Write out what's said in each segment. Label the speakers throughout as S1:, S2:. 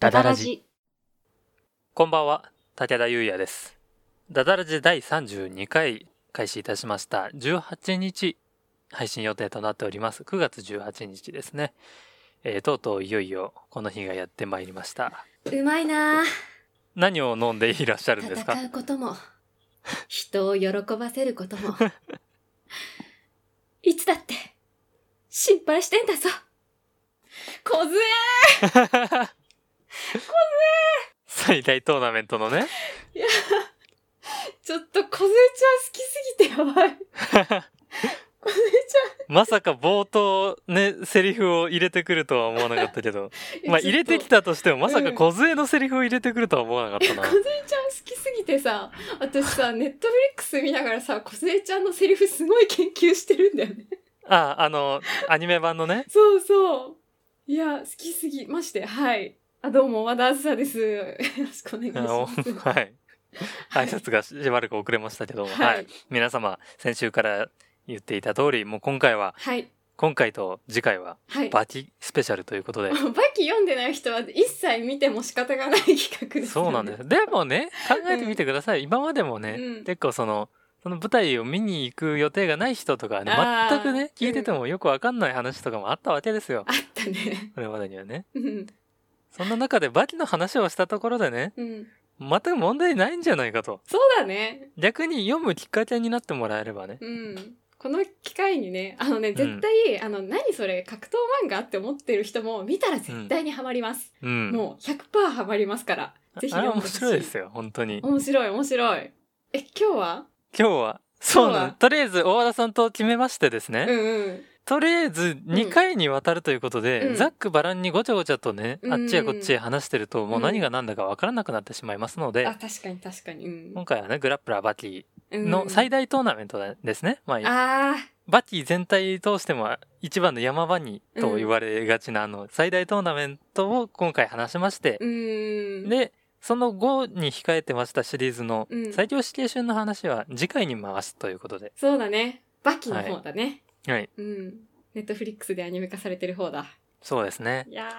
S1: ダダラジ。
S2: こんばんは、武田優也です。ダダラジ第32回開始いたしました。18日配信予定となっております。9月18日ですね。えーとうとういよいよこの日がやってまいりました。
S1: うまいなあ
S2: 何を飲んでいらっしゃるんですか
S1: 戦うこと も、人を喜ばせることも、いつだって、心配してんだぞ。小杖
S2: 最大トーナメントのね。
S1: ちょっと小杖ちゃん好きすぎてや ばい。小杖
S2: まさか冒頭ね、セリフを入れてくるとは思わなかったけ ど。
S1: ちゃん。
S2: まあ入れてき
S1: た。
S2: たとしてもまさか梢のセリフを入れてくるとは思わなかった
S1: 小
S2: な
S1: 杖。ちゃん好きすぎてさ、私さ、ネットフリックス見ながらさ、小杖ちゃんのセリフすごい研究してるんだよね。
S2: あ、あの、アニメ版のね。
S1: そうそう。いや、好きすぎまして、はい。あ、どうも、和田あずさです。よろしくお願いし
S2: あ の
S1: ます。
S2: はい。挨拶がしばらく遅れましたけども、はい、
S1: はい。
S2: 皆様、先週から言っていた通り、もう今回は、
S1: はい。
S2: 今回と次回は、
S1: はい。バ
S2: バキスペシャルという ことで。
S1: キ読んでない人は一切見ても仕方がない企画です、
S2: そうなんです。でもね、考えてみてください。今までもね、
S1: うん
S2: 結構その、その舞台を見に行く予定がない人とかね、
S1: あー
S2: 全くね、
S1: うん
S2: 聞いててもよくわかんない話とかもあったわけですよ。
S1: あったね。
S2: これまでにはね。
S1: うん。
S2: そんな中でバキの話をしたところでね、
S1: うん。
S2: 全く問題ないんじゃないかと。
S1: そうだね。
S2: 逆に読むきっかけになってもらえればね。
S1: うん。この機会にね、あのね、絶対、あの、何それ、格闘漫画って思ってる人も見たら絶対にハマります。
S2: うん。
S1: もう100%ハマりますから。ぜひ
S2: あれ
S1: 読
S2: 面
S1: んでほし
S2: 白いですよ、本当に。
S1: 面白い、面白い。え、今日は
S2: 今日は、そうな
S1: 今日
S2: の。
S1: は
S2: とりあえず、大和田さんと決めましてですね。
S1: うんうん。
S2: とりあえず、2回にわたるということで、
S1: うん
S2: ざっくばらんにごちゃごちゃとね、
S1: うん
S2: あっちやこっちへ話してると、もう何が何だかわからなくなってしまいますので、
S1: あ、確かに確かに。うん
S2: 今回はね、グラップラーバキ
S1: うん。
S2: の最大トーナメントですね。まあ、
S1: ああ、
S2: バキ全体通しても一番の山場にと言われがちな、あの、最大トーナメントを今回話しまして、
S1: うん。
S2: で、その後に控えてましたシリーズの
S1: うん
S2: 最強死刑囚の話は次回に回すということで。
S1: そうだね。バキの方だね。
S2: はい。
S1: うん。ネットフリックスでアニメ化されてる方だ。
S2: そうですね。
S1: いや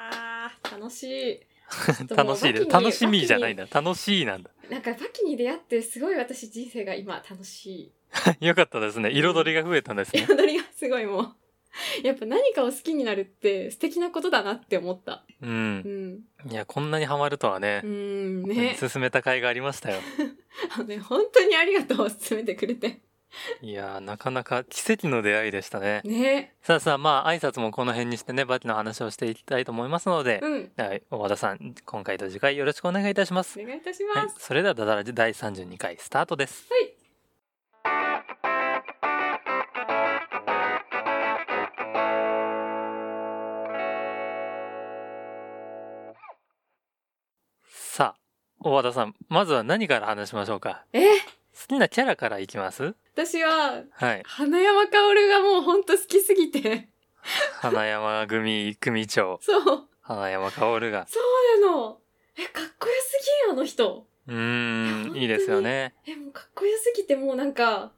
S1: ー、楽しい。
S2: 楽しいです。
S1: ちょっともう
S2: 楽しみじゃないん。だ。楽しいなんだ。
S1: バキになんか、バキに出会って、すごい私人生が今楽し
S2: よかったですね。彩りが増えたんです
S1: い。
S2: ね。
S1: 彩りがすごいもう。やっぱ何かを好きになるって素敵なことだなって思った。
S2: う。
S1: うんん。
S2: いや、こんなにハマるとはね
S1: う、ん、 ね。
S2: 進めた甲斐がありましたよ。
S1: あのね、本当にありがとう、勧めてくれて。
S2: いやー、なかなか奇跡の出会いでしたね。
S1: ね。
S2: さあさあ、まあ、挨拶もこの辺にしてね、バキの話をしていきたいと思いますので、
S1: うん。
S2: はい、大和田さん、今回と次回よろしくお願いいたします。
S1: お願いいたし
S2: は
S1: ま
S2: い
S1: す。、
S2: それではダダラジ第32回スタートです。
S1: はい。
S2: さあ、大和田さん、まずは何から話しましょうか。
S1: え
S2: 好きなキャラからいきます
S1: 私は、
S2: はい。
S1: 花山薫がもうほんと好きすぎて。
S2: 花山組組長、
S1: そう。
S2: 花山薫が。
S1: そうなの。え、かっこよすぎん、あの人。
S2: う
S1: 本
S2: ーん、
S1: 当に
S2: いいですよね
S1: え、もうかっこよすぎて、もうなんか、は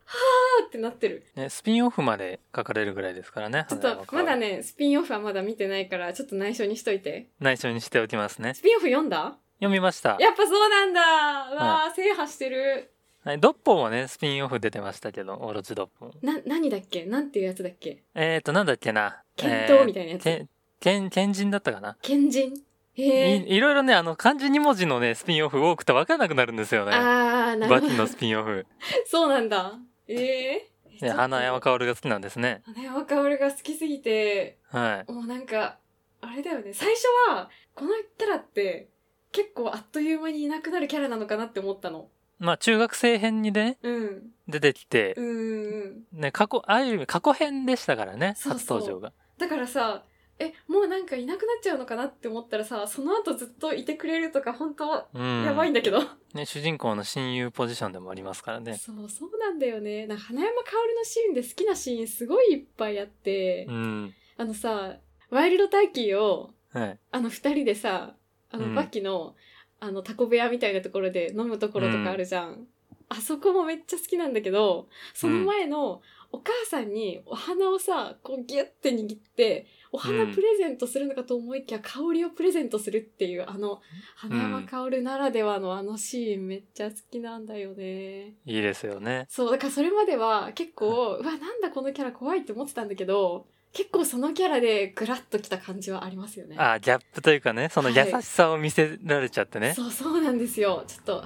S1: ーってなってる。
S2: ね。スピンオフまで書かれるぐらいですからね。
S1: ちょっ
S2: 花山
S1: と、
S2: 薫
S1: まだ。ね、スピンオフはまだ見てないから、ちょっと内緒にしといて。
S2: 内緒にしておきますね。
S1: スピンオフ読んだ
S2: 読みました。
S1: やっぱそうなんだわー、制覇してる。
S2: はい、ドッポンはね、スピンオフ出てましたけど、オロチドッポン。
S1: な、何だっけなんていうやつだっけ
S2: えーと、なんだっけな。
S1: 剣
S2: え
S1: 闘
S2: ー
S1: みたいなやつ。
S2: けんけん賢人だったかな。
S1: 賢人へえ。
S2: いいろいろね、あの、漢字2文字のね、スピンオフ多くて分からなくなるんですよね。
S1: あー、な
S2: バ
S1: る
S2: キ
S1: ほ
S2: の
S1: ど。
S2: スピンオフ。
S1: そうなんだ。ええー。
S2: ね、花山
S1: か
S2: 薫が好きなんですね。
S1: 花山薫が好きすぎて、
S2: は
S1: もうなんか、あれだよね。最初は、このキャラって、結構あっという間にいなくなるキャラなのかなって思ったの。
S2: い。まあ、中学生編にね、
S1: うん。
S2: 出てきて
S1: う、んうん。
S2: ね、過去、ああいう意味過去編でしたからね、
S1: そうそう
S2: 初登場が。
S1: だからさ、え、もうなんかいなくなっちゃうのかなって思ったらさ、その後ずっといてくれるとか、本当
S2: うん。
S1: やばいんだけど。
S2: ね、主人公の親友ポジションでもありますからね。
S1: そう、そうなんだよね。なんか花山薫のシーンで好きなシーンすごいいっぱいあって、
S2: うん。
S1: あのさ、ワイルドターキーを、
S2: はい。
S1: あの二人でさ、あ
S2: うん
S1: のバキの、あのタコ部屋みたいなところで飲むところとかあるじゃん。あそこもめっちゃ好きなんだけど、その前のお母さんにお花をさ、こうギュッて握って、お花
S2: うん
S1: プレゼントするのかと思いきや、香りをプレゼントするっていう、あの、花山薫ならではのあのシーンめっちゃ好きなんだよね。
S2: いいですよね。
S1: そう、だからそれまでは結構、うわ、なんだこのキャラ怖いって思ってたんだけど、結構そのキャラでグラッときた感じはありますよね。
S2: あーギャップというかね、その優しさを見せられちゃってね、
S1: そうそうなんですよ。ちょっと、はぁ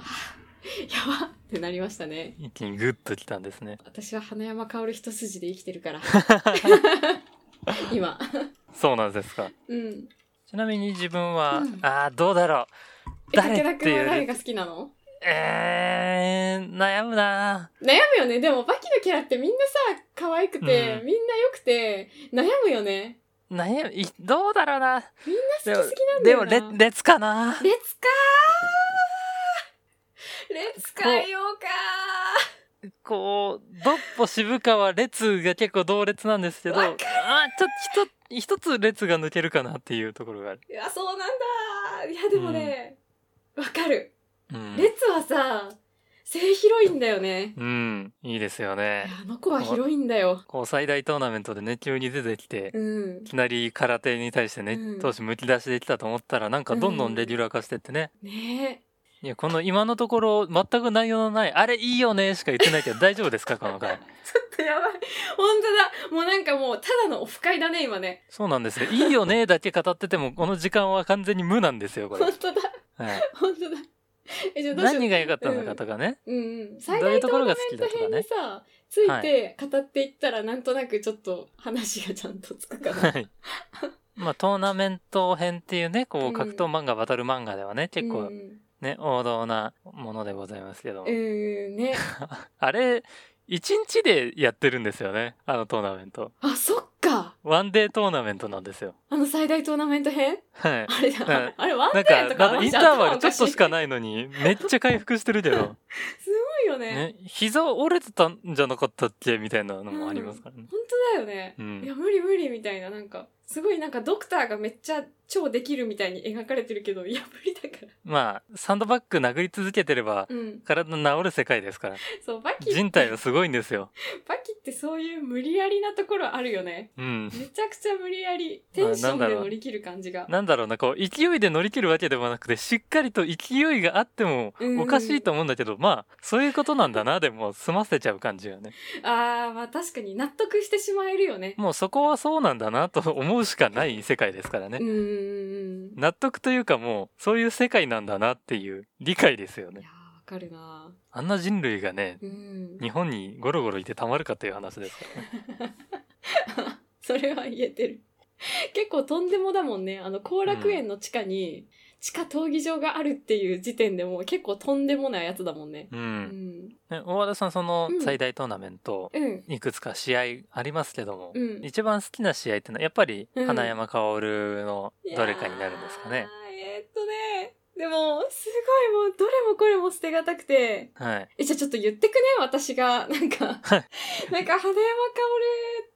S1: やばってなりましたね。
S2: 一気にグッときたんですね。
S1: 私は花山薫一筋で生きてるから。今。
S2: そうなんですか。
S1: うん。
S2: ちなみに自分は、
S1: うん
S2: ああ、どうだろう。
S1: え、武
S2: 誰
S1: 田
S2: って
S1: 君
S2: い
S1: は誰
S2: う。
S1: が好きなの
S2: えー、悩むな
S1: 悩むよね。でも、バキのキャラってみんなさ、可愛くて、
S2: う
S1: みんな良くて、悩むよね。
S2: 悩む、いどうだろうな
S1: みん
S2: な
S1: 好きすぎなんだ
S2: で
S1: よ
S2: も、
S1: な
S2: でも、レ、列かな
S1: レツかーレツかようか
S2: こう、ドッポ渋川列が結構同列なんですけど、あ
S1: わ
S2: あ
S1: か
S2: ー、ちょっと一つ、一つ列が抜けるかなっていうところがある。
S1: ーいや、そうなんだーいや、でもね、わ、かる。
S2: うん。
S1: レツはさ、性広いんだよね。
S2: うん、いいですよ
S1: いや
S2: ね。
S1: あの子は広いんだよ。
S2: こう、最大トーナメントでね、急に出てきて、
S1: うん
S2: い。きなり空手に対してね、
S1: うん
S2: 当時むき出しできたと思ったらなんかどんどんレギュラー化してってね、
S1: ね
S2: いやこの今のところ全く内容のない「あれいいよね」しか言ってないけど大丈夫ですかこの 回
S1: え。ちょっとやばい。ほんとだ。もうなんかもう、ただのオフ会だね、今ね。
S2: そうなんですよ「いいよね」だけ語っててもこの時間は完全に無なんですよこ
S1: ほ
S2: れ、
S1: んとだ。
S2: はい、
S1: ほんとだ。え、じゃあどうしよう
S2: 何が良かったのかとかね、
S1: うんうん、
S2: どう
S1: 最
S2: いう
S1: 大
S2: と
S1: ト
S2: こ
S1: ー
S2: ろ
S1: ナ
S2: が好き
S1: メン
S2: だ
S1: ト
S2: とか
S1: 編
S2: ね
S1: にさ、ついて語っていったら、なんとなくちょっと話がちゃんとつくかな。
S2: はいまあトーナメント編っていうねこ
S1: う
S2: うん格闘漫画バトル漫画ではね結
S1: う
S2: 構
S1: ん、
S2: ね、王道なものでございますけど、
S1: うーんね。
S2: あれ一日でやってるんですよねあのトーナメント
S1: あ、そっか。
S2: ワンデートーナメントなんですよ。
S1: あの最大トーナメント編
S2: はい。
S1: あれだ。
S2: うん
S1: あれ、ワン
S2: な
S1: デ
S2: んか
S1: ー、とか
S2: まだインターバルちょっとしかないのに、めっちゃ回復してるけど、
S1: すごいよね。
S2: ね、膝折れてたんじゃなかったっけみたいなのもありますからね。
S1: 本当だよね。
S2: うん
S1: いや、無理無理みたいな、なんか、すごいなんかドクターがめっちゃ超できるみたいに描かれてるけど、いや、無理だから。
S2: まあ、サンドバッグ殴り続けてれば、
S1: うん。
S2: 体治る世界ですから。
S1: そう、バキ、
S2: 人体はすごいんです よ。
S1: バキってそういう無理やりなところあるよね。
S2: うん。
S1: めちゃくちゃ無理やりテンションで乗り切る感じが。
S2: なんだろうな、こう、勢いで乗り切るわけでもなくて、しっかりと勢いがあっても
S1: うん
S2: おかしいと思うんだけど、まあ、そういうことなんだな、でも、済ませちゃう感じがね。
S1: ああ、まあ確かに納得してしまえるよね。
S2: もうそこはそうなんだな、と思うしかない世界ですからね
S1: う。ーん。
S2: 納得というかもうそういう世界なんだなっていう理解ですよ
S1: い
S2: ね
S1: やー、わかるな
S2: あんな人類がね
S1: うん。
S2: 日本にゴロゴロいてたまるかという話ですからね
S1: それは言えてる。結構とんでもだもんね。あの、後楽園の地下に、地下闘技場があるっていう時点でもう結構とんでもないやつだもんね。
S2: う、
S1: うんん。
S2: ね大和田さんその
S1: うん
S2: 最大トーナメント、
S1: うん。
S2: いくつか試合ありますけども、
S1: うん
S2: 一番好きな試合ってのはやっぱり
S1: うん
S2: 花山薫のどれかになるんですか
S1: いや
S2: ね、
S1: ーえーっとね。でも、すごいもう、どれもこれも捨てがたくて。
S2: はい
S1: え、じゃあちょっと言ってくね、私が。なんか、なんか、
S2: はい
S1: 花山薫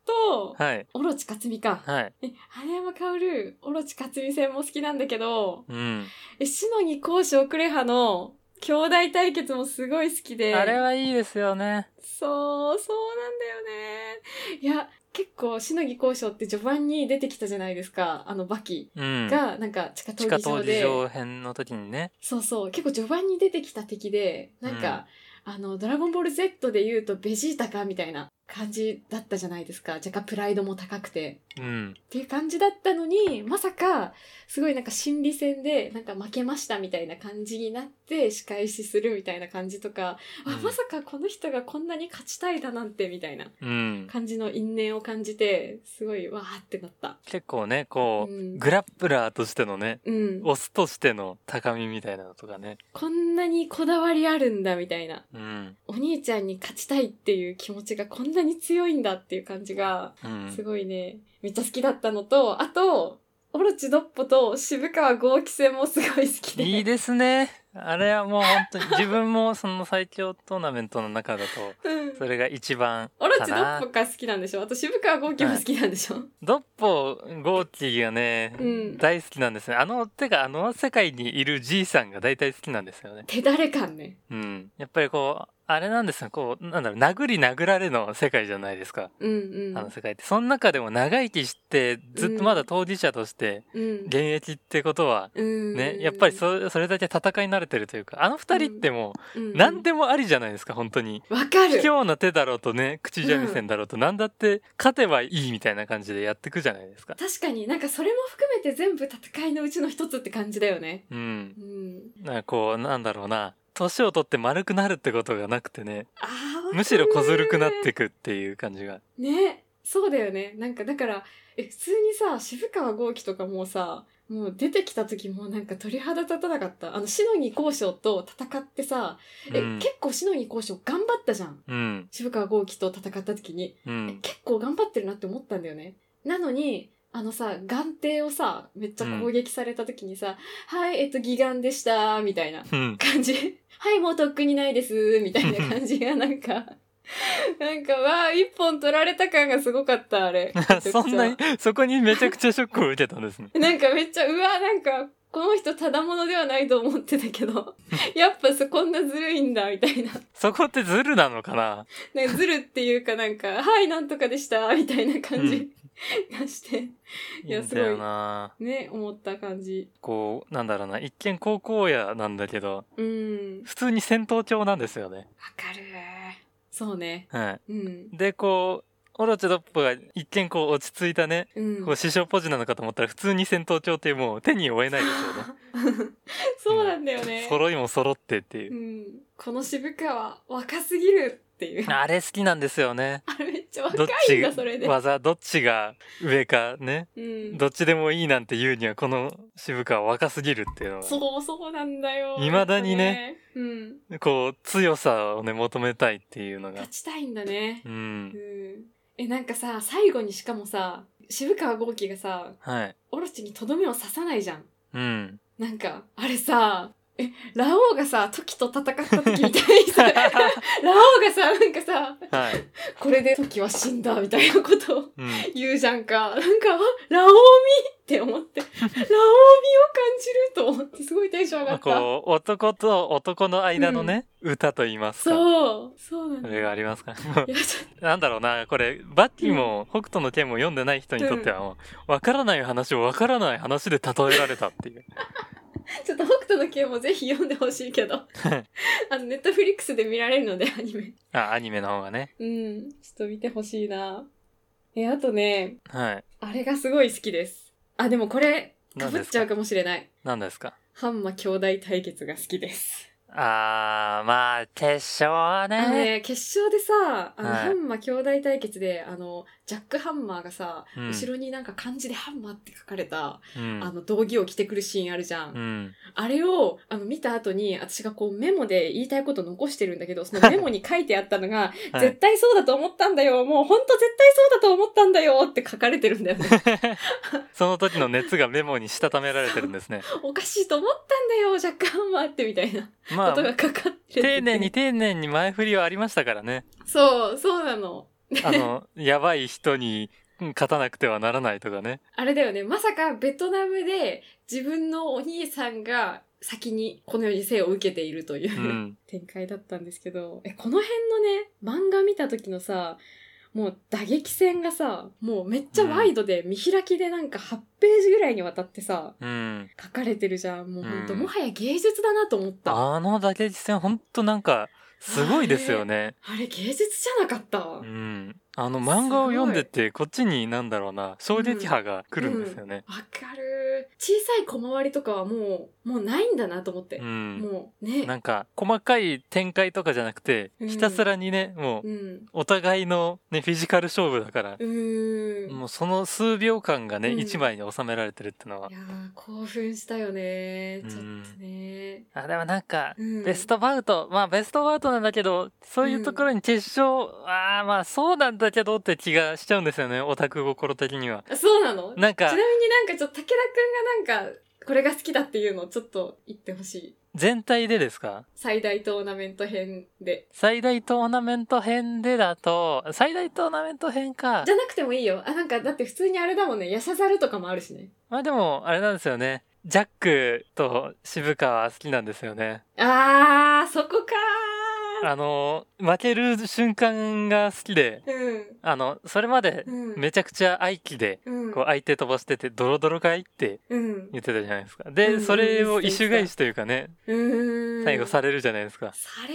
S1: と、
S2: はい
S1: オロチ克美か。
S2: はい
S1: え、花山薫、オロチ克美戦も好きなんだけど、
S2: うん、
S1: え、シノギ講師クレハの兄弟対決もすごい好きで。
S2: あれはいいですよね
S1: そう、そうなんだよね。いや、結構、シノギ講師って序盤に出てきたじゃないですか。あの、バキ
S2: うん
S1: が、なんか、地下
S2: 地
S1: 闘
S2: 下
S1: 技場
S2: 闘
S1: で。
S2: 技場編の時にね
S1: そうそう。結構序盤に出てきた敵で、なんか、あの、ドラゴンボール Z で言うとベジータかみたいな感じだったじゃないですか。若干プライドも高くて。
S2: うん
S1: っていう感じだったのに、まさか、すごいなんか心理戦で、なんか負けましたみたいな感じになって、仕返しするみたいな感じとか、
S2: うん
S1: あ、まさかこの人がこんなに勝ちたいだなんて、みたいな
S2: うん
S1: 感じの因縁を感じて、すごいわーってなった。
S2: 結構ねこう、
S1: うん
S2: グラップラーとしてのね
S1: うん。
S2: オスとしての高みみたいなのとかね。
S1: こんなにこだわりあるんだ、みたいな。
S2: うん。
S1: お兄ちゃんに勝ちたいっていう気持ちがこんなに強いんだっていう感じが、
S2: うん。
S1: すごいね、めっちゃ好きだったのと、あと、オロチドッポと渋川豪輝戦もすごい好き で。
S2: いいですね。あれはもう本当に、自分もその最強トーナメントの中だと、
S1: うん
S2: それが一番
S1: オロ
S2: か
S1: チドッ
S2: な
S1: ポ。が好きなんでしょあと渋川豪輝も好きなんでしょ、
S2: ドッポ、ゴーティがね、
S1: うん
S2: 大好きなんですね。あの、てかあの世界にいるじいさんが大体好きなんですよね。
S1: 手だれ感ね。
S2: うん。やっぱりこう、あれなんですよ、こう、なんだろう、殴り殴られの世界じゃないですか。
S1: うんうん
S2: あの世界って。その中でも長生きして、ずっとまだ当事者として、
S1: うん
S2: 現役ってことは、
S1: うん
S2: ね、やっぱりそそれだけ戦いに慣れてるというか、あの二人ってもう、何でもありじゃないですか、本当に。
S1: うんわか
S2: 卑
S1: る
S2: 怯な手だろうとね、口三味線だろうと、なんだって、勝てばいいみたいな感じでやってくじゃないですか。
S1: 確かになんかそれも含めて全部戦いのうちの一つって感じだよね
S2: うん。
S1: うん
S2: なんかこう、なんだろうな、年を取って丸くなるってことがなくてね、
S1: あーわかる
S2: むしろ小ずるくなってくっていう感じが。
S1: ねそうだよねなんかだからえ普通にさ渋川豪樹とかもさもう出てきた時もなんか鳥肌立たなかったあの篠木交渉と戦ってさえ、
S2: うん。
S1: 結構篠木交渉頑張ったじゃん
S2: うん。
S1: 渋川豪樹と戦った時に
S2: うん。
S1: 結構頑張ってるなって思ったんだよね。なのに、あのさ、眼底をさ、めっちゃ攻撃された時にさ、はい、えっと、義眼でした、みたいな
S2: うん。。
S1: 感じ。 はい、もうとっくにないです、みたいな感じがなんか、なんか、わあ、一本取られた感がすごかった、あれ
S2: そんなに、そこにめちゃくちゃショックを受けたんですね。
S1: なんかめっちゃ、うわ、なんか、この人ただものではないと思ってた けど、やっぱそこんなずるいんだ、みたいな。
S2: そこってズルなのかな
S1: ね、ずるっていうかなんか、 はい、なんとかでした、みたいな感じがして。いや
S2: んだよな。
S1: ね思った感じ
S2: こう、なんだろうな、一見高校野なんだけど、
S1: うんわ
S2: 普通に戦闘調なんですよね。
S1: かるそうね
S2: は
S1: うん
S2: い。で、こう、オロチドッポが一見こう落ち着いたね、
S1: うん
S2: こう師匠ポジなのかと思ったら普通に戦闘調っていうもう手に負えないですよね。
S1: そうなんだよね、
S2: 揃いも揃ってっていうう。
S1: ん、この渋川若すぎるっていうあ
S2: あれ好きなんですよね。
S1: れめっちゃ
S2: ど
S1: 若
S2: っ
S1: い
S2: ち
S1: んだそれで、
S2: が、技、どっちが上かね、
S1: うん、
S2: どっちでもいいなんて言うにはこの渋川若すぎるっていうのは、
S1: そうそうなんだよ
S2: 未だにね
S1: うん
S2: こう、強さをね、求めたいっていうのが
S1: 勝。ちたいんだね
S2: う
S1: うん
S2: ん。
S1: えなんかさ最後にしかもさ渋川豪樹がさ
S2: はい。
S1: オロチにとどめを刺さないじゃん
S2: うん。
S1: なんか、あれさ、え、ラオウがさ、時と戦った時みたい にさ、ラオウがさ、なんかさ、
S2: はい。
S1: これで時は死んだみたいなことを
S2: うん。
S1: 言うじゃんか。なんか、あラオウミって思って、ラオウミを感じると思って、すごいテンション上が
S2: まあ
S1: った。
S2: こう、男と男の間のね、歌と言いますか。
S1: そう、そうなん
S2: そ
S1: だ。
S2: れがありますから。
S1: いや、ちょっ
S2: なんだろうな、これ、バッキーも北斗の剣も読んでない人にとってはもう、わからない話をわからない話で例えられたっていう。
S1: ちょっと北斗の拳もぜひ読んでほしいけど、 あの、ネットフリックスで見られるので、アニメ。
S2: あ、アニメの方がね。
S1: うん、ちょっと見てほしいな。え、あとね、
S2: はい。
S1: あれがすごい好きです。あ、でもこれ、か
S2: 何
S1: ぶ
S2: で
S1: っ
S2: す
S1: ちゃう
S2: か
S1: かもしれない。
S2: 何ですか
S1: ハンマ兄弟対決が好きです。
S2: あー、まあ、決勝は
S1: あの
S2: ね。
S1: ね、決勝でさ、あの、
S2: はい
S1: ハンマ兄弟対決で、あの、ジャックハンマーがさ、
S2: うん
S1: 後ろになんか漢字でハンマーって書かれた、
S2: うん
S1: あの、道着を着てくるシーンあるじゃん。
S2: うん。
S1: あれを、あの、見た後に、私がこうメモで言いたいこと残してるんだ けど、そのメモに書いてあったのが、
S2: はい
S1: 絶対そうだと思ったんだよ、もうほんと絶対そうだと思ったんだよって書かれてるんだよね。
S2: その時の熱がメモにしたためられてるんですね。
S1: おかしいと思ったんだよ、ジャックハンマーってみたいな
S2: まあ
S1: こと、がかかってる。
S2: 丁寧に。丁寧に前振りはありましたからね。
S1: そう、そうなの。
S2: あの、やばい人にうん勝たなくてはならないとかね。
S1: あれだよね。まさかベトナムで自分のお兄さんが先にこの世に生を受けているというう、
S2: ん。
S1: 展開だったんですけど、え、この辺のね、漫画見た時のさ、もう打撃戦がさ、もうめっちゃワイドで見開きでなんか8ページぐらいにわたってさ、
S2: うん。
S1: 書かれてるじゃん。もうほんと、
S2: うん
S1: もはや芸術だなと思った。あ
S2: あの打撃戦ほんとなんかすごいですよね。
S1: れ芸術じゃなかった。
S2: うん。あの漫画を読んでてこっちになんだろうな衝撃波が来るんですよね。
S1: わかる。小さい小回りとかはもう、もうないんだなと思って
S2: う。ん。
S1: もうね。
S2: なんか細かい展開とかじゃなくて
S1: うん
S2: ひたすらにねもう
S1: うん。
S2: お互いのねフィジカル勝負だから
S1: うーん。
S2: もうその数秒間がね
S1: うん
S2: 一枚に収められてるってのはい
S1: やー興奮したよね
S2: うん
S1: ちょっとね、
S2: あでもなんか
S1: うん、
S2: ベストバウト、まあベストバウトなんだけど、そういうところに決勝、ああまあそうなんだけどって気がしちゃうんですよね、オタク心的には。
S1: あそうなのちなみに
S2: なんか、
S1: なんかちょっと武田くんがなんかこれが好きだっていうのをちょっと言ってほしい
S2: 全体でですか
S1: 最大トーナメント編で
S2: 最大トーナメント編でだと、最大トーナメント編か
S1: じ。ゃなくてもいいよあなんかだって普通にあれだもんねヤシャザルとかもあるしね
S2: まあでも、あれなんですよね。ジャックと渋川は好きなんですよね。
S1: あーそこかー
S2: あの、負ける瞬間が好きで、
S1: うん。
S2: あの、それまで
S1: うん。
S2: めちゃくちゃ愛機で、
S1: うん。
S2: こう相手飛ばしてて、ドロドロかいって
S1: うん。
S2: 言ってたじゃないですか。
S1: うんう
S2: で、
S1: ん
S2: それを一周返しというかね、
S1: うん。
S2: 最後されるじゃないですか。
S1: され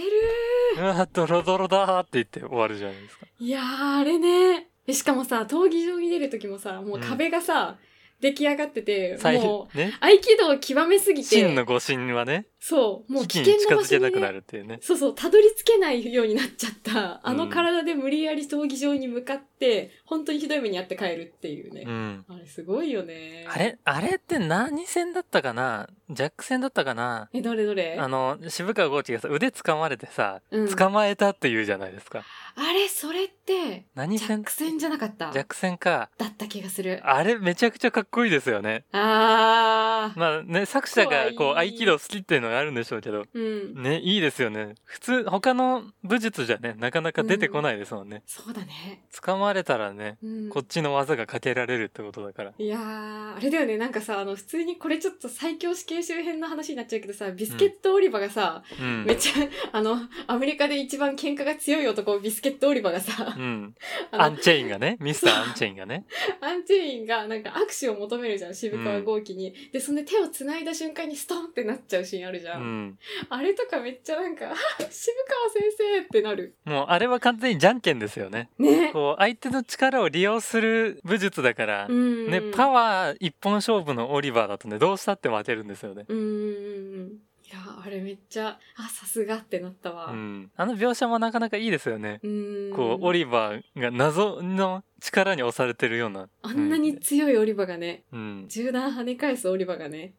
S2: う
S1: る
S2: わ、ドロドロだーって言って終わるじゃないですか。
S1: いやー、あれね。えしかもさ、闘技場に出る時もさ、もう壁がさ、出来上がってて、
S2: 最
S1: も
S2: 後
S1: う、
S2: ね。
S1: 合気道を極めすぎ
S2: 真
S1: て、
S2: の誤信はね、
S1: そう、もう危
S2: 危機
S1: 険
S2: に近
S1: な場
S2: づ
S1: 所
S2: け
S1: に、
S2: なくな
S1: ね、
S2: るっていうね。
S1: そうそう、たどり着けないようになっちゃった。あ
S2: う
S1: の
S2: ん
S1: 体で無理やり闘技場に向かって、本当にひどい目に遭って帰るっていうね
S2: う。ん。
S1: あれすごいよね。
S2: あれ、あれって何戦だったかなジャック戦だったかな
S1: え、どれどれ
S2: あの、渋川豪輝がさ、腕掴まれてさ、
S1: うん
S2: 捕まえたって言うじゃないですか。
S1: あれ、それって、
S2: 何
S1: ジャッ
S2: 戦
S1: ク戦じゃなかった。
S2: ジャ
S1: だ
S2: ック戦か。
S1: った気がする。
S2: あれめちゃくちゃかっこいいですよね。
S1: あー。
S2: まあね、作者がこう
S1: 怖い
S2: 合気道好きっていうのがあるんでしょうけど、
S1: うん。
S2: ね、いいですよね。普通、他の武術じゃね、なかなか出てこないですもんね。
S1: そうだね。
S2: 捕まれたらね、
S1: うん。
S2: こっちの技がかけられるってことだから。
S1: いやー、あれだよね、なんかさ、あの、普通にこれちょっと最強死刑囚編の話になっちゃうけどさ、ビスケットオリバがさ、
S2: うん
S1: め。っちゃ、あの、アメリカで一番喧嘩が強い男、ビスケットオリバがさ
S2: う、ん。
S1: あの
S2: アンチェインがね、ミスターアンチェインが ね。
S1: アンチェインがなんか握手を求めるじゃん、渋川豪輝に。で、そんで手を繋いだ瞬間にストンってなっちゃうシーンあるじ
S2: う
S1: ゃん。
S2: ん。
S1: あれとかめっちゃなんか、あ 渋川先生ってなる。
S2: もうあれは完全にじゃんけんですよね。
S1: ね。
S2: こう、相手の力を利用する武術だから、
S1: うん。
S2: ね、パ
S1: ワ
S2: ワー一本勝負のオリバーだとね、どうしたって負けるんですよね。
S1: ー。うん。いやー、あれめっちゃ、あ、さすがってなったわ。
S2: う。
S1: うん
S2: あの描写もなかなかいいですよね。
S1: ーん。
S2: こう、オリバーが謎の力に押されてるような。
S1: あんなに強いオリバがね、
S2: うん。
S1: 銃弾跳ね返すオリバがね。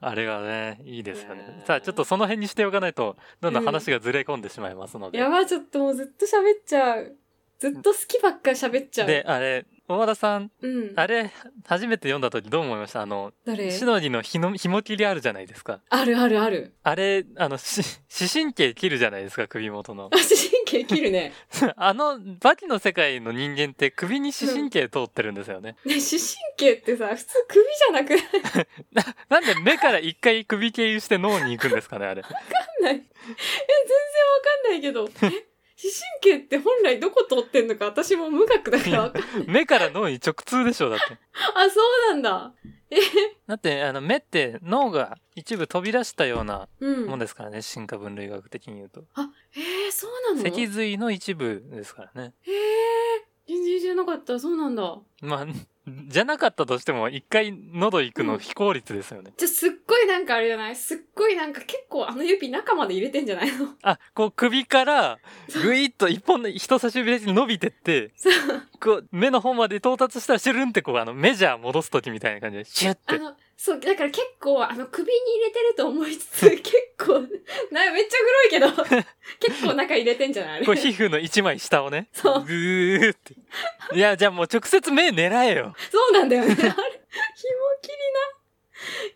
S2: あれがね、いいですよね
S1: ね。
S2: さあ、ちょっとその辺にしておかないと、どんどん話がずれ込んでしまいますので。
S1: やばい、ちょっともうずっと喋っちゃう。ずっと好きばっか喋っちゃう。
S2: で、あれ、大和田さん、
S1: うん。
S2: あれ、初めて読んだ時どう思いましたあの、
S1: どれ
S2: シノリのひの、紐切りあるじゃないですか。
S1: あるあるある。
S2: あれ、あの、し、視神経切るじゃないですか、首元の。
S1: あ、視神経切るね。
S2: あの、バキの世界の人間って首に視神経通ってるんですよね。
S1: ね、視神経ってさ、普通首じゃなくな
S2: なんで目から一回首経由して脳に行くんですかね、あれ。
S1: んな い。え、 全然わかんないけど。え視神経って本来どこ通ってんのか私も無学だから わかん
S2: 目から脳に直通でしょ、だって。
S1: あ、そうなんだ。
S2: だって、あの、目って脳が一部飛び出したような
S1: うん。
S2: もんですからね、進化分類学的に言うと。
S1: あ、えー、そうなの
S2: 脊髄の一部ですからね。
S1: えー、全然知らなかった。そうなんだ。
S2: まあ、じゃなかったとしても、一回喉行くの非効率ですよね。
S1: じゃ、すっごいなんかあれじゃないすっごいなんか結構あの指中まで入れてんじゃないの
S2: あ、こう首から、ぐいっと一本の人差し指で伸びてって、
S1: そう
S2: こう、目の方まで到達したらシュルンってこう、あの、メジャー戻すときみたいな感じで、シュッ
S1: あ
S2: て。
S1: の、そう、だから結構、あの、首に入れてると思いつつ、結構、 な、めっちゃ黒 いけど、結構中入れてんじゃないあれ
S2: こう、皮膚の一枚下をね、ぐ
S1: そう
S2: ーって。いや、じゃあもう直接目狙えよ。
S1: そうなんだよね。あれ、紐切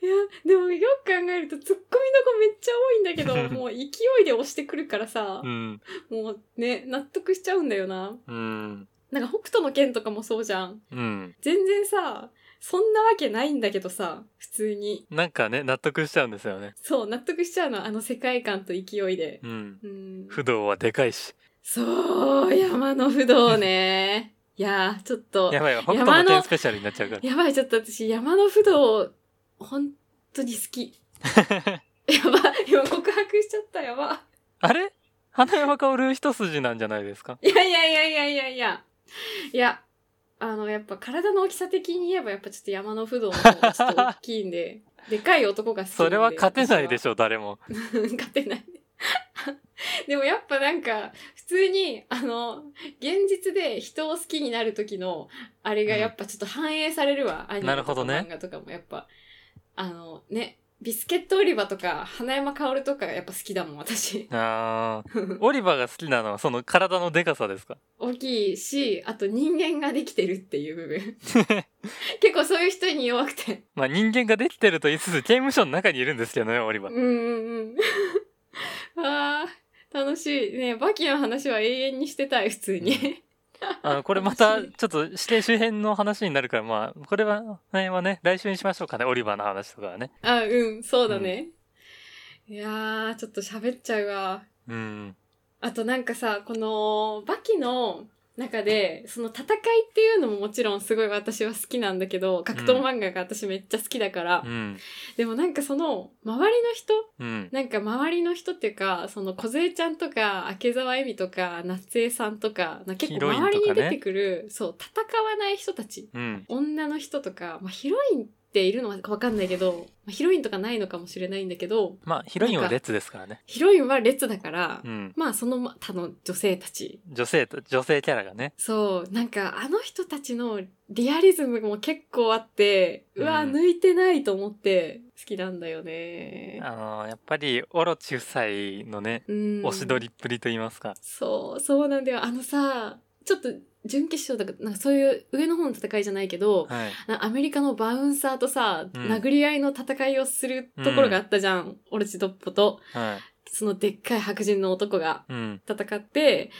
S1: りな。いや、でもよく考えると、ツッコミの子めっちゃ多いんだけど、 もう勢いで押してくるからさ
S2: う、ん。
S1: もうね、納得しちゃうんだよな。
S2: うん。
S1: なんか北斗の剣とかもそうじゃん。
S2: うん。
S1: 全然さ、そんなわけないんだけどさ、普通に。
S2: なんかね、納得しちゃうんですよね。
S1: そう、納得しちゃうの、あの世界観と勢いで。
S2: うん。
S1: うん。
S2: 不動はでかいし。
S1: そう、山の不動ね。いやー、ちょっと、
S2: や
S1: や
S2: ばいよ。北斗の
S1: 山
S2: 剣
S1: の
S2: スペシャルになっちゃ うから。
S1: ばい、ちょっと私、山の不動、本当に好 き。やばい、今告白しちゃった、やば。
S2: あれ花山薫一筋なんじゃないですか
S1: いやいやいやいやいやいや。いや、あの、やっぱ体の大きさ的に言えば、やっぱちょっと山の不動の方がちょっと大きいんで、でかい男が好きなんで。
S2: それは勝てないで
S1: ょ
S2: しょ、誰も。
S1: 勝てない。でもやっぱなんか、普通に、あの、現実で人を好きになる時の、あれがやっぱちょっと反映されるわ。アニメ
S2: な
S1: と
S2: るほ
S1: か
S2: どね
S1: 漫画とかもやっぱ、あのね、ビスケットオリバーとか、花山薫とかやっぱ好きだもん、私。
S2: あ ー。オリバーが好きなのは、その体のでかさですか
S1: 大きいし、あと人間ができてるっていう部分。 結構そういう人に弱くて。
S2: まあ人間ができてると言いつつ刑務所の中にいるんですけどね、オリバ
S1: う
S2: ー
S1: ん。うんうん。 あー、楽しい。ねバキの話は永遠にしてたい、普通に。
S2: あの、これまた、ちょっと指定周辺の話になるから、まあ、これは、この辺はね、来週にしましょうかね、オリバーの話とかはね。
S1: あ、うん、そうだね。いやー、ちょっと喋っちゃうわ。
S2: うん。
S1: あとなんかさ、この、バキの中で、その戦いっていうのももちろんすごい私は好きなんだけど、格闘漫画が私めっちゃ好きだから、
S2: うん。
S1: でもなんかその、周りの人
S2: うん。
S1: なんか周りの人っていうか、その梢ちゃんとか、明沢恵美とか、夏江さんとか、な結
S2: ヒ
S1: 構
S2: ロインとか
S1: 周
S2: ね
S1: りに出てくる、そう、戦わない人たち、
S2: うん。
S1: 女の人とか、まあ、ヒロインっているのはわかんないけど、まあ、ヒロインとかないのかもしれないんだけど、
S2: まあ、ヒロインは列ですからね。
S1: ヒロインは列だから、
S2: うん。
S1: まあその他の女性たち。
S2: 女性と、女性キャラがね。
S1: そう、なんかあの人たちのリアリズムも結構あって、うわ、
S2: うん
S1: 抜いてないと思って好きなんだよね。
S2: あのーやっぱり、オロチ夫妻のね、
S1: うん。
S2: おしどりっぷりと言いますか。
S1: そう、そうなんだよ。あのさ、ちょっと準決勝とか、なんかそういう上の方の戦いじゃないけど、
S2: はい。
S1: なアメリカのバウンサーとさ、
S2: うん
S1: 殴り合いの戦いをするところがあったじゃん。オルチドッポと、
S2: はい。
S1: そのでっかい白人の男が。
S2: うん。
S1: 戦って、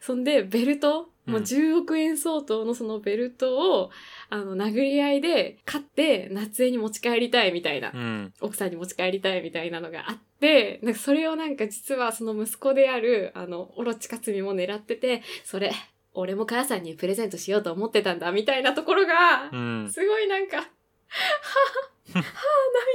S1: そんでベルト、もう
S2: うん
S1: 10億円相当のそのベルトを、あの、殴り合いで勝って、夏江に持ち帰りたいみたいな、
S2: うん。
S1: 奥さんに持ち帰りたいみたいなのがあって、なんかそれをなんか実はその息子である、あの、オロチカツミも狙ってて、それ、俺も母さんにプレゼントしようと思ってたんだ、みたいなところが
S2: う、ん。
S1: すごいなんか、はぁ、はぁ、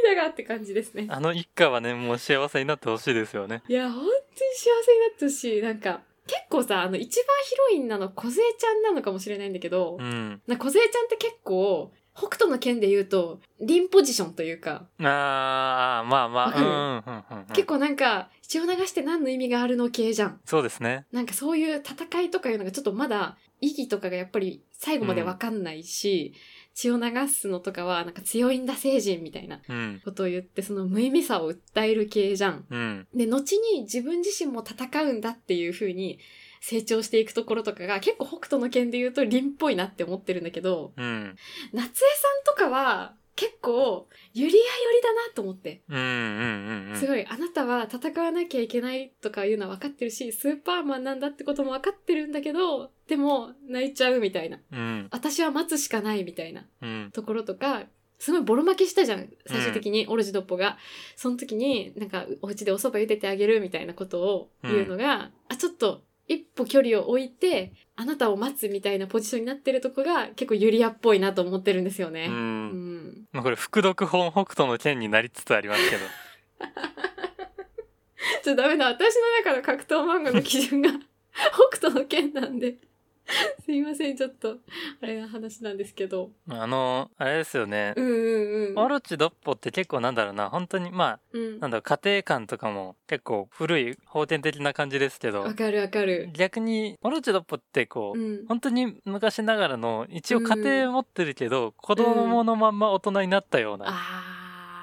S1: 涙がって感じですね。
S2: あの一家はね、もう幸せになってほしいですよね。
S1: いや、本当に幸せになってほしい。なんか、結構さ、あの、一番ヒロインなの、小杖ちゃんなのかもしれないんだけど、
S2: うん。
S1: な小杖ちゃんって結構、北斗の剣で言うと、リンポジションというか、
S2: ああ、まあま
S1: わかる
S2: あ、うん、うん、うん。
S1: 結
S2: 構。
S1: 構なんか、血を流して何の意味があるの系じゃん。
S2: そうですね。
S1: なんかそういう戦いとかいうのがちょっとまだ、意義とかがやっぱり最後までわかんないし、血を流すのとかは、なんか強いんだ成人みたいな
S2: うん。
S1: ことを言って、その無意味さを訴える系じゃん。
S2: うん。
S1: で、後に自分自身も戦うんだっていう風に成長していくところとかが結構北斗の剣で言うと凛っぽいなって思ってるんだけど、
S2: うん。
S1: 夏江さんとかは結構ユリア寄りだなと思って。
S2: うん。うん。うん。
S1: すごい、あなたは戦わなきゃいけないとかいうのは分かってるし、スーパーマンなんだってことも分かってるんだけど、でも泣いちゃうみたいな。
S2: うん。
S1: 私は待つしかないみたいな。
S2: うん。
S1: ところとか、すごいボロ負けしたじゃん、最終的に、オルジドッポが。その時に、なんか、お家でお蕎麦茹でてあげるみたいなことを言うのが、あ、ちょっと、一歩距離を置いて、あなたを待つみたいなポジションになってるとこが、結構ユリアっぽいなと思ってるんですよ
S2: う。
S1: ね。うんん。
S2: まあ、これ、副読本北斗の剣になりつつありますけど。
S1: ちょっとダメだ、私の中の格闘漫画の基準が、 北斗の剣なんで。 すいません、ちょっと、あれな話なんですけど。
S2: あの、あれですよね
S1: う。んうんう
S2: オ
S1: ん。
S2: ロチドッポって結構なんだろうな、本当に、ま
S1: うん
S2: あ、なんだろう、家庭観とかも結構古い、方典的な感じですけど
S1: わ、かるわかる。
S2: 逆に、オロチドッポってこ
S1: う
S2: う、
S1: ん。
S2: 本当に昔ながらの、一応
S1: うん
S2: 家庭持ってるけど、子供のまんま大人になったような、
S1: あ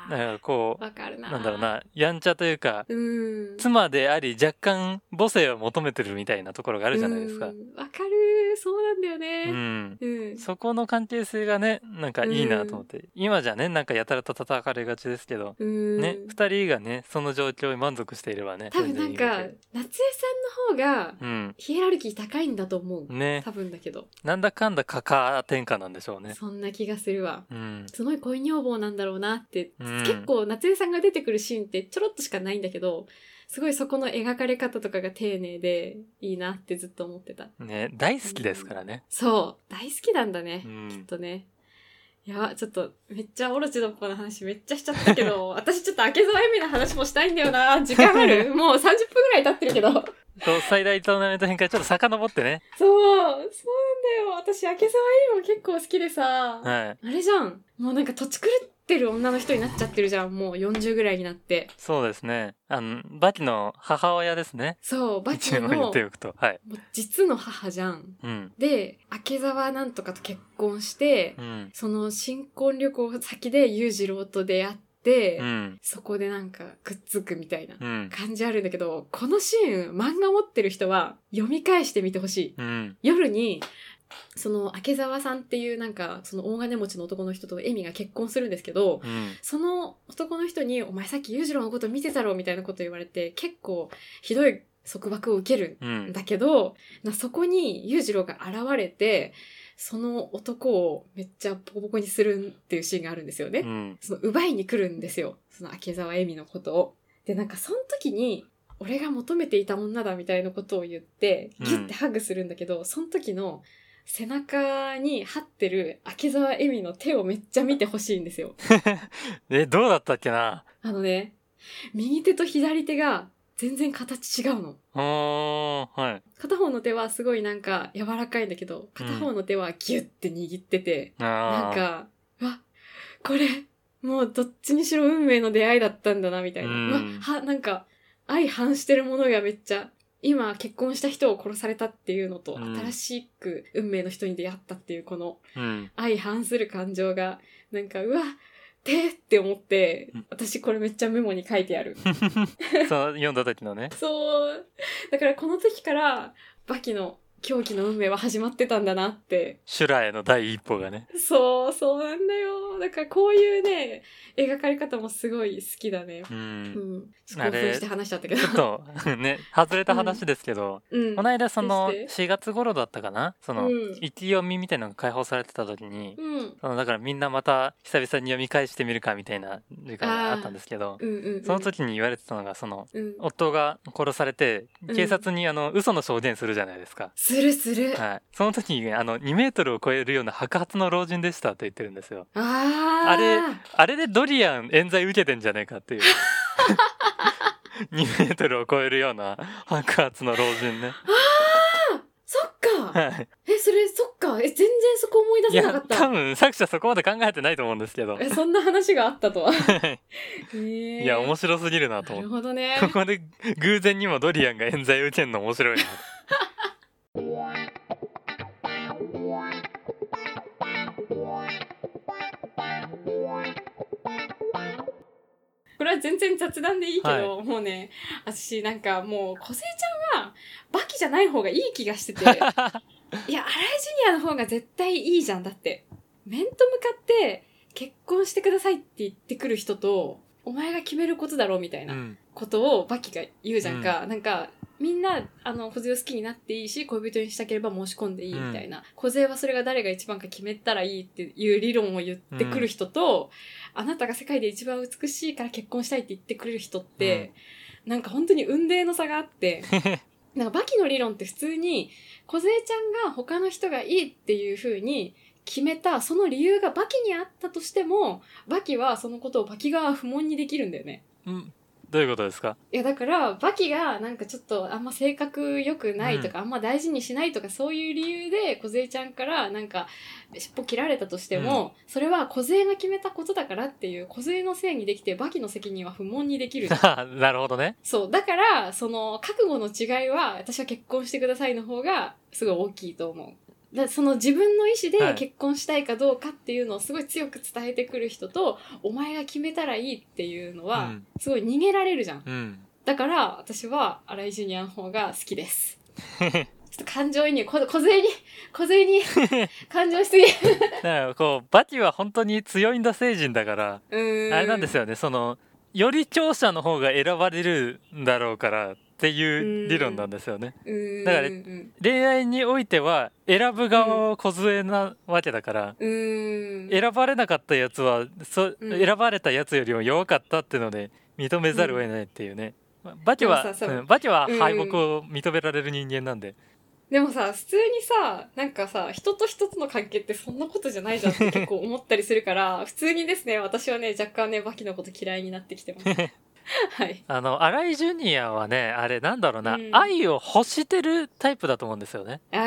S2: な
S1: あ。
S2: んかこ
S1: わかる
S2: う、
S1: な。
S2: なんだろう。な、やんちゃというか、
S1: うん。
S2: 妻であり若干母性を求めてるみたいなところがあるじゃないですか
S1: う。んわかる。そうなんだよ
S2: う
S1: ね。
S2: ん。
S1: うん。
S2: そこの関係性がね、なんかいいなと思って。今じゃね、なんかやたらと叩かれがちですけど、
S1: うん。
S2: ね、二人がね、その状況に満足していればね、
S1: 多分なんか、
S2: 全然いい
S1: 夏
S2: わけ
S1: 江さんの方が、
S2: うん。
S1: ヒエラルキー高いんだと思う。
S2: ね、
S1: 多分だけど。
S2: なんだかんだカカ天下なんでしょうね。
S1: そんな気がするわ。
S2: うん。
S1: すごい恋女房なんだろうなって、
S2: うん
S1: 結構夏江さんが出てくるシーンってちょろっとしかないんだけど、すごいそこの描かれ方とかが丁寧でいいなってずっと思ってた。
S2: ね、大好きですからね。
S1: そう。大好きなんだね。
S2: うん
S1: きっとね。いや、ちょっと、めっちゃオロチの子の話めっちゃしちゃったけど、 私ちょっと明沢恵美の話もしたいんだよな。時間 あるもう30分ぐらい経ってるけど。そう、
S2: そう最大トーナメント編からちょっと遡ってね。
S1: そうなんだよ。私明沢恵美も結構好きでさ。あ
S2: はい。
S1: れじゃん。もうなんか土地狂ってる女の人になっちゃってるじゃん。もう40ぐらいになって。
S2: そうですね。あの、バキの母親ですね。
S1: そう、バキ
S2: 一応
S1: の、
S2: 言
S1: も
S2: っておくと。はい。
S1: う実の母じゃん。
S2: うん。
S1: で、明沢なんとかと結婚して、
S2: うん。
S1: その新婚旅行先で裕次郎と出会って、
S2: うん。
S1: そこでなんかくっつくみたいな
S2: うん。
S1: 感じあるんだけど、このシーン、漫画持ってる人は読み返してみてほしい。
S2: うん。
S1: 夜に、その、明沢さんっていうなんか、その大金持ちの男の人とエミが結婚するんですけど、
S2: うん。
S1: その男の人に、お前さっき裕次郎のこと見てたろみたいなこと言われて、結構ひどい束縛を受ける
S2: うんん。
S1: だけど、なそこに裕次郎が現れて、その男をめっちゃボコボコにするっていうシーンがあるんですよね。
S2: うん。
S1: その奪いに来るんですよ。その明沢恵美のことを。で、なんかその時に、俺が求めていた女だみたいなことを言って、
S2: うん
S1: ギュッてハグするんだけど、その時の背中に張ってる秋沢恵美の手をめっちゃ見てほしいんですよ。
S2: え、どうだったっけな
S1: あのね、右手と左手が全然形違うの。
S2: うーん、はい。
S1: 片方の手はすごいなんか柔らかいんだけど、片方の手はギュッて握ってて、な、
S2: なん
S1: か、うわ、これ、もうどっちにしろ運命の出会いだったんだな、みたいな。
S2: う
S1: うんわ、は、なんか、相反してるものがめっちゃ、今結婚した人を殺されたっていうのと、
S2: うん
S1: 新しく運命の人に出会ったっていうこの
S2: うん。
S1: 相反する感情が、なんか、うわ、てって思って
S2: うん、
S1: 私これめっちゃメモに書いて ある。
S2: その読んだ時のね。
S1: そう。だからこの時から、バキの狂気の運命は始まってたんだなって
S2: 修羅への第一歩がね。
S1: そう、そうなんだよ。だからこういうね、描かれ方もすごい好きだね。
S2: う。
S1: うんん。ちょっ
S2: あ
S1: と興
S2: れ
S1: 奮して話しちゃったけど
S2: ちょ。っと、 ね、外れた話ですけど、
S1: うん。
S2: この間その
S1: そ
S2: 4月頃だったかなその、
S1: うん
S2: 一気読みみたいなのが解放されてた時に、
S1: うん。
S2: そのだからみんなまた久々に読み返してみるかみたいな時間があったんですけど、
S1: うんうん、うん。
S2: その時に言われてたのが、その、
S1: うん。
S2: 夫が殺されて、警察にあの、嘘の証言するじゃないですか。
S1: するする。
S2: はい。その時に、あの、2メートルを超えるような白髪の老人でしたって言ってるんですよ。
S1: ああ。
S2: あれあれでドリアン冤罪受けてんじゃねえかっていう。2メートルを超えるような白髪の老人ね。
S1: そっか。
S2: はい。
S1: え、それ、そっか。え、全然そこ思い出
S2: い
S1: せなか
S2: や、
S1: っ
S2: 多
S1: た。
S2: 分作者そこまで考えてないと思うんですけど。
S1: え、そんな話があったと は。
S2: はい
S1: へえ
S2: いや、面
S1: 白
S2: 白すぎるなと
S1: な
S2: 思
S1: る
S2: っ
S1: ほどね
S2: て。。ここで偶然にもドリアンが冤罪受けんの面白いなと。
S1: これは全然雑談でいいけど、
S2: は。
S1: もうね、私なんかもう、小生ちゃんは、バキじゃない方がいい気がしてて、いや、荒井ジュニアの方が絶対いいじゃん。だって、面と向かって、結婚してくださいって言ってくる人と、お前が決めることだろうみたいうなんことをバキが言うじゃんか。なんか、みんな、あの、小勢を好きになっていいし、恋人にしたければ申し込んでいいみたいな。小勢はそれが誰が一番か決めたらいいっていう理論を言ってくる人と、あなたが世界で一番美しいから結婚したいって言ってくれる人って、なんか本当に運命の差があ って、なんかバキの理論って普通に、小勢ちゃんが他の人がいいっていう風に決めた、その理由がバキにあったとしても、バキはそのことをバキ側は不問にできるんだよね。
S2: うんどういうことですか
S1: いやだからバキがなんかちょっとあんま性格良くないとか、あんま大事にしないとかそういう理由で梢ちゃんからなんか尻尾切られたとしても、それは梢が決めたことだからっていう梢のせいにできてバキの責任は不問にできる じゃん
S2: なるほどね。
S1: そうだからその覚悟の違いは私は結婚してくださいの方がすごい大きいと思う。だその自分の意思
S2: はい
S1: で結婚したいかどうかっていうのをすごい強く伝えてくる人と、お前が決めたらいいっていうの
S2: う
S1: は
S2: ん
S1: すごい逃げられるじゃん
S2: うん。
S1: だから私は新井ジュニアの方が好 きです。ちょっと感情移入、こ小銭、小銭、感情し すぎ。
S2: だからこうバキは本当に強いんだ成人だから、
S1: うーん。
S2: あれなんですよねそのより強者の方が選ばれるんだろうからっていう理論なんですよね、
S1: うーん。
S2: だから
S1: うん
S2: 恋愛においては選ぶ側は小杖なわけだから、
S1: うーん。
S2: 選ばれなかったやつはそ、
S1: うん
S2: 選ばれたやつよりも弱かったっていうので認めざるを得ないっていうね、バキ
S1: で
S2: は
S1: もさそう
S2: うんバキは
S1: うん
S2: 敗北を認められる人間なんで、
S1: でもさ、普通にさ、なんかさ、人と人との関係ってそんなことじゃないじゃ んって結構思ったりするから、普通にですね、私はね、若干ね、バキのこと嫌いになってきて ます。はい。
S2: あの新井ジュニアはねあれなんだろうな、
S1: うん
S2: 愛を欲してるタイプだと思うんですよね
S1: え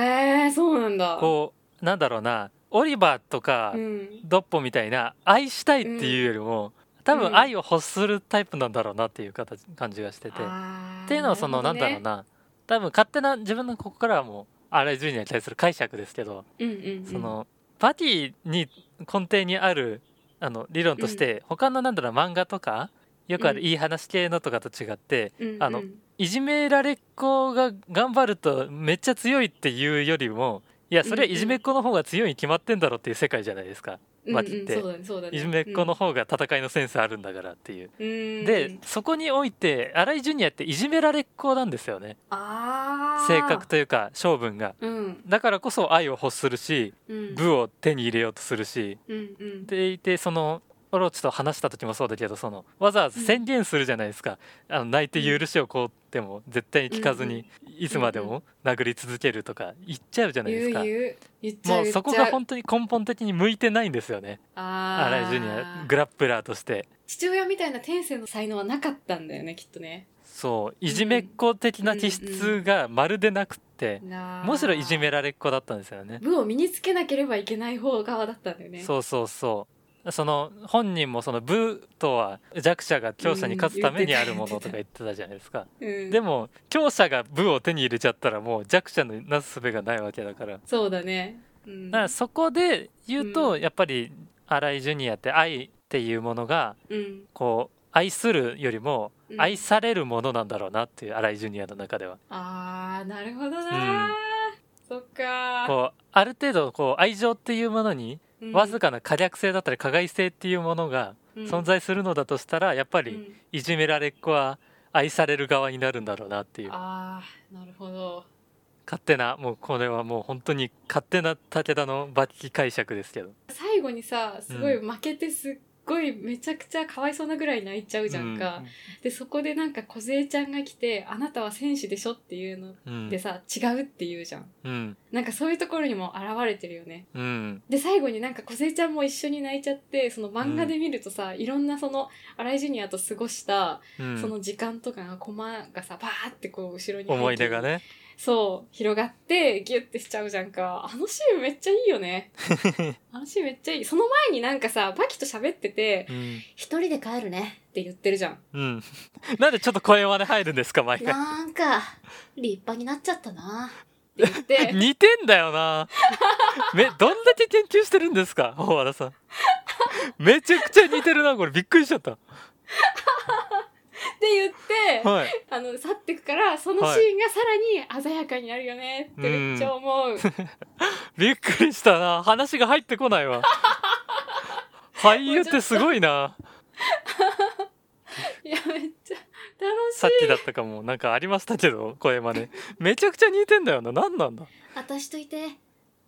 S1: ー、そうなんだ。
S2: こうなんだろうなオリバーとか
S1: うん。
S2: ドッポみたいな愛したいっていうよりも、多
S1: う
S2: 分
S1: ん
S2: 愛を欲するタイプなんだろうなっていう形感じがしてて、
S1: あー
S2: っていうのはそのな,、
S1: る
S2: ん
S1: ほど
S2: だ
S1: ね
S2: ろうな多分勝手な自分のここからはもう荒井ジュニアに対する解釈ですけど、
S1: うんうんうん。
S2: そのバディに根底にあるあの理論として、他のなんだろう漫画とかよくある
S1: うん
S2: いい話系のとかと違って、
S1: うんうん、
S2: あのいじめられっ子が頑張るとめっちゃ強いっていうよりもいやそれはいじめっ子の方が強いに決まってんだろっていう世界じゃないですか、バキって
S1: うんうん、そうだね、そうだね。
S2: いじめっ子の方が戦いのセンスあるんだからっていう、
S1: うん、うん
S2: でそこにおいて新井ジュニアっていじめられっ子なんですよね
S1: ああ。
S2: 性格。というか性分が
S1: うん。
S2: だからこそ愛を欲するし
S1: うん。
S2: 部を手に入れようとするし
S1: うんうん。
S2: でいてそのオロチと話した時もそうだけどそのわざわざ宣言するじゃないですか、あの泣いて許しをこうっても絶対に聞かずに、いつまでも殴り続けるとか言っちゃうじゃないで
S1: 言
S2: す
S1: う
S2: か。
S1: 言う言っちゃ
S2: も
S1: う
S2: う
S1: 言っちゃう
S2: そこが本当に根本的に向いてないんですよね
S1: あ
S2: 荒井ジュニアグラップラーとして
S1: 父親みたいな天性の才能はなかったんだよねきっとね
S2: そういじめっ子的な気質がまるでなくって、むしろいじめられっ子だったんですよね
S1: 部を身につけなければいけない方側だったんだよね
S2: そうそうそうその本人もその部とは弱者が強者に勝つためにあるものとか言ってたじゃないですか、
S1: う、ん、
S2: でも強者が部を手に入れちゃったらもう弱者のなすすべがないわけだからだ
S1: そうだね、うん、
S2: からそこで言うと、
S1: う
S2: やっぱり新井ジュニアって愛っていうものが
S1: うん
S2: こう愛するよりも
S1: うん
S2: 愛されるものなんだろうなっていう新井ジュニアの中では
S1: あーなるほどなー、
S2: うん
S1: そっかー
S2: こうある程度こう愛情っていうものに
S1: うん
S2: わずかな可逆性だったり加害性っていうものが存在するのだとしたらやっぱ
S1: うんう
S2: り
S1: ん
S2: いじめられっ子は愛される側になるんだろうなっていう
S1: あーなるほど
S2: 勝手なもうこれはもう本当に勝手な武田の抜き解釈ですけど
S1: 最後にさすごい負けてすっごいめちゃくちゃかわいそうなぐらい泣いちゃうじゃんか、でそこでなんか梢ちゃんが来て「あなたは戦士でしょ」っていうの
S2: うんうん
S1: でさ、違うって言うじゃん
S2: うん
S1: なんかそういうところにも現れてるよね
S2: うん
S1: で最後になんか梢ちゃんも一緒に泣いちゃってその漫画で見るとさ、いろんなその荒井ジュニアと過ごした
S2: うん
S1: その時間とかがコマがさバーってこう後ろに
S2: 思い出がね
S1: そう広がってギュッてしちゃうじゃんかあのシーンめっちゃいいよねあのシーンめっちゃいいその前になんかさバキと喋ってて
S2: うん、
S1: 「一人で帰るね」って言ってるじゃん
S2: うん、 なんでちょっと声まで入るんですか毎回
S1: なんか立派になっちゃったなって言って
S2: 似てんだよなめどんだけ研究してるんですか大原さんめちゃくちゃ似てるなこれびっくりしちゃった
S1: って言って、
S2: はい
S1: あの去ってくからそのシーンがさらに鮮やかになるよねってめっちゃ思う、
S2: びっくりしたな話が入ってこない わ俳優ってすごいない
S1: やめっちゃ
S2: さっ
S1: 楽しい
S2: きだったかもなんかありましたけど声まねめちゃくちゃ似てんだよな何なんだ
S1: 私といて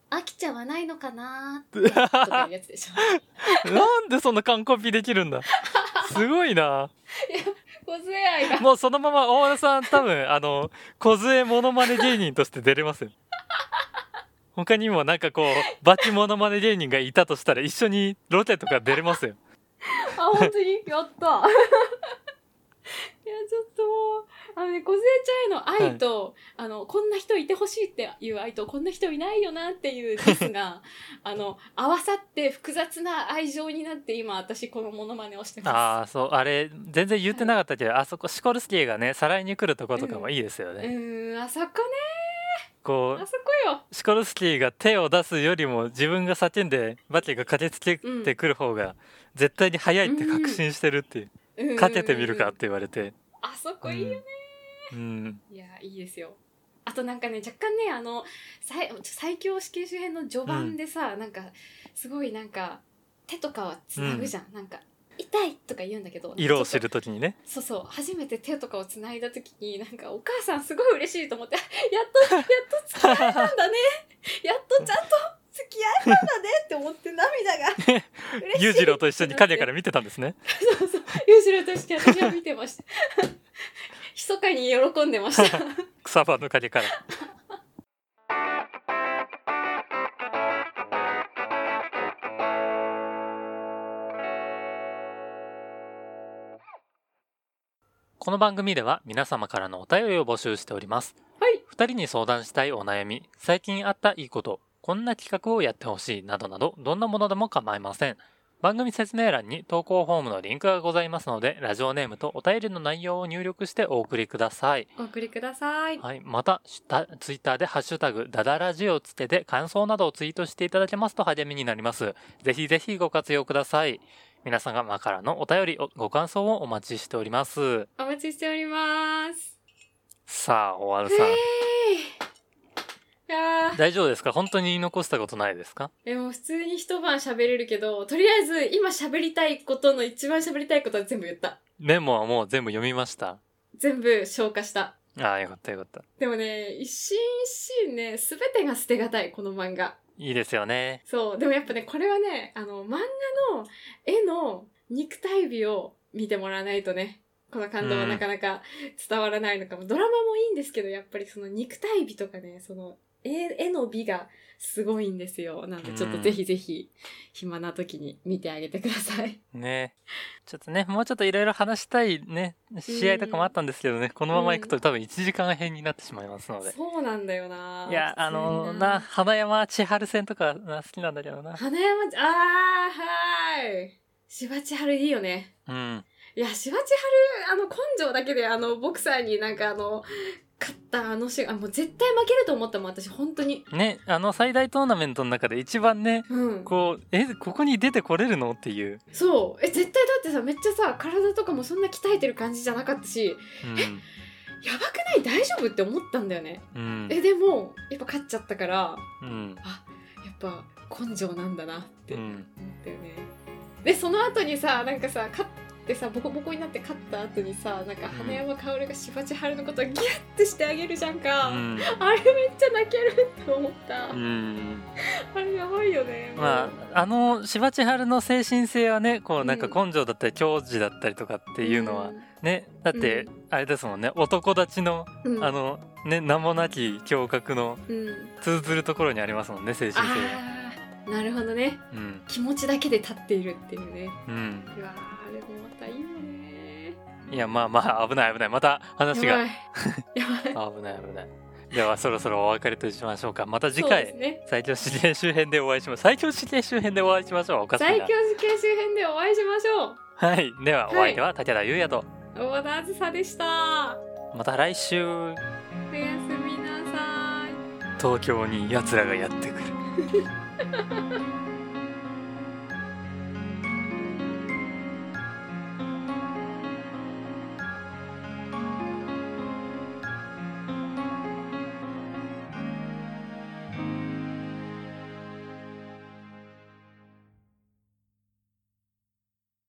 S1: 飽きちゃわないのかなーってとかいうやつでし ょ
S2: なんでそんな完コピできるんだすごいな
S1: 梢愛が
S2: もうそのまま大原さん多分あの梢モノマネ芸人として出れますよ他にもなんかこうバチモノマネ芸人がいたとしたら一緒にロケとか出れますよ
S1: あ、本当にやった。いや、ちょっともう、あのね、小杉ちゃんへの愛と、あの、こんな人いてほしいっていう愛と、こんな人いないよなっていうディス が、あの、合わさって複雑な愛情になって、今、私、このモノマネをしてま
S2: ああそうあれ全然言ってなかったけどあそこシコルスキーがねさらいに来るとことかもいいですよ
S1: す。う
S2: ね、
S1: ーん、あそこね、
S2: こ
S1: あ
S2: う
S1: そこよ。
S2: シコルスキーが手を出すよりも自分が叫んでバキが駆けつけてくる方が絶対に早いって確信してるっていう、
S1: うんうんうん
S2: かけてみるかって。言われて、
S1: あそこいいよね。
S2: うん、
S1: いや、いいですよ。あとなんかね、若干ね、あの、最ちょ最強死刑囚編の序盤でさ、なんか、すごいなんか、手とかはつなぐじゃん。なんか、痛いとか言うんだけど。
S2: 色を知
S1: る。
S2: るときにね
S1: そうそう。初めて手とかをつないだ時に、なんか、お母さんすごい嬉しいと思って、 やっと、やっと付き合えたんだね。 やっとちゃんと付き合えたんだねって思って涙が。嬉し い
S2: 裕次郎と一緒に影から見てたんですね
S1: そうそう。裕次郎として私は見てました。 密かに喜んで ました。
S2: 草場の陰から。この番組では皆様からのお便りを募集しております。
S1: はい。
S2: 二人に相談したいお悩み、最近あったいいこと、こんな企画をやってほしいなどなど、どんなものでも構いません。番組説明欄に投稿フォームのリンクがございますので、ラジオネームとお便りの内容を入力してお送りください。
S1: お送りください。
S2: はい、またシュタツイッターで「ハッシュタグダダラジ」をつけて感想などをツイートしていただけますと励みになりますぜひぜひご活用ください皆様からのお便りおご感想をお待ちしております
S1: お待ちしております。
S2: さあ大和
S1: え
S2: さん
S1: えいやー
S2: 大丈夫ですか本当に言い残したことないですか
S1: でも普通に一晩喋れるけど、とりあえず今喋りたいことの一番喋りたいことは全部言った。
S2: メモはもう全部読みました
S1: 全部消化した。
S2: ああよかったよかった
S1: でもね、一心一心ね、すべてが捨てがたい、この漫画。
S2: いいですよね。
S1: そう。でもやっぱね、これはね、あの、漫画の絵の肉体美を見てもらわないとね、この感動はなかなか伝わらないのかも。ドラマもいいんですけど、やっぱりその肉体美とかね、その絵絵の美がすごいんですよ。なんでちょっとぜひぜひ、暇な時に見てあげてください。
S2: ね。ちょっとね、もうちょっといろいろ話したいね、試合とかもあったんですけどね、このまま行くと多分1時間編になってしまいますので。
S1: そうなんだよない
S2: や、あのな、花山千春戦とかな好きなんだけどな。
S1: 花山、あー、はい。芝千春いいよね。
S2: うん。
S1: いや、芝千春、あの、根性だけで、あの、ボクサーになんかあの、勝ったあのし、あ、もう絶対負けると思ったもん、私、本当に。
S2: ね、あの最大トーナメントの中で一番ね、
S1: うん。
S2: こう、え、ここに出てこれるのっていう。
S1: そう。え、絶対だってさ、めっちゃさ、体とかもそんな鍛えてる感じじゃなかったし、やばくない大丈夫って思ったんだよね。
S2: うん。うん。
S1: え、でも、やっぱ勝っちゃったから、
S2: うん。
S1: やっぱ根性なんだなって
S2: う
S1: 思っ
S2: ん。
S1: たよね。で、その後にさ、なんかさ、勝ってさ、ボコボコになって勝った後にさ、なんか花山薫が芝千春のことをギュッてしてあげるじゃんか。
S2: うん
S1: あれめっちゃ泣けるって思った。
S2: うん。
S1: あれやばいよね。
S2: まあ、あの、芝千春の精神性はね、こう、なんか
S1: う
S2: 根性だったり、矜持だったりとかって
S1: て
S2: いうのは、ね、だって
S1: う、
S2: あれですもんね、男立ちの、あの、ね、名もなき胸郭の
S1: うん、
S2: 通ずるところにありますもんね、精神性は。
S1: ああなるほどね
S2: うん。
S1: 気持ちだけで立っているっていうね
S2: うん。
S1: うわーあれもまたいいよね
S2: いや、まあまあ、危ない危ない。また話
S1: やば
S2: が。
S1: いやばい
S2: 危ない危ない。では、そろそろお別れとしましょうか。また次
S1: そうです
S2: 回、
S1: ね
S2: 最強指定周辺でお会いしましょう。最強指定周辺でお会いしましょう。おかしい
S1: 最
S2: な
S1: 強。試験周辺でお会いしましょ
S2: はい。では、お相手は武田優也と、
S1: う大和田あずさでした
S2: また来週。
S1: おやすみなさい
S2: 東京に奴らがやってくる。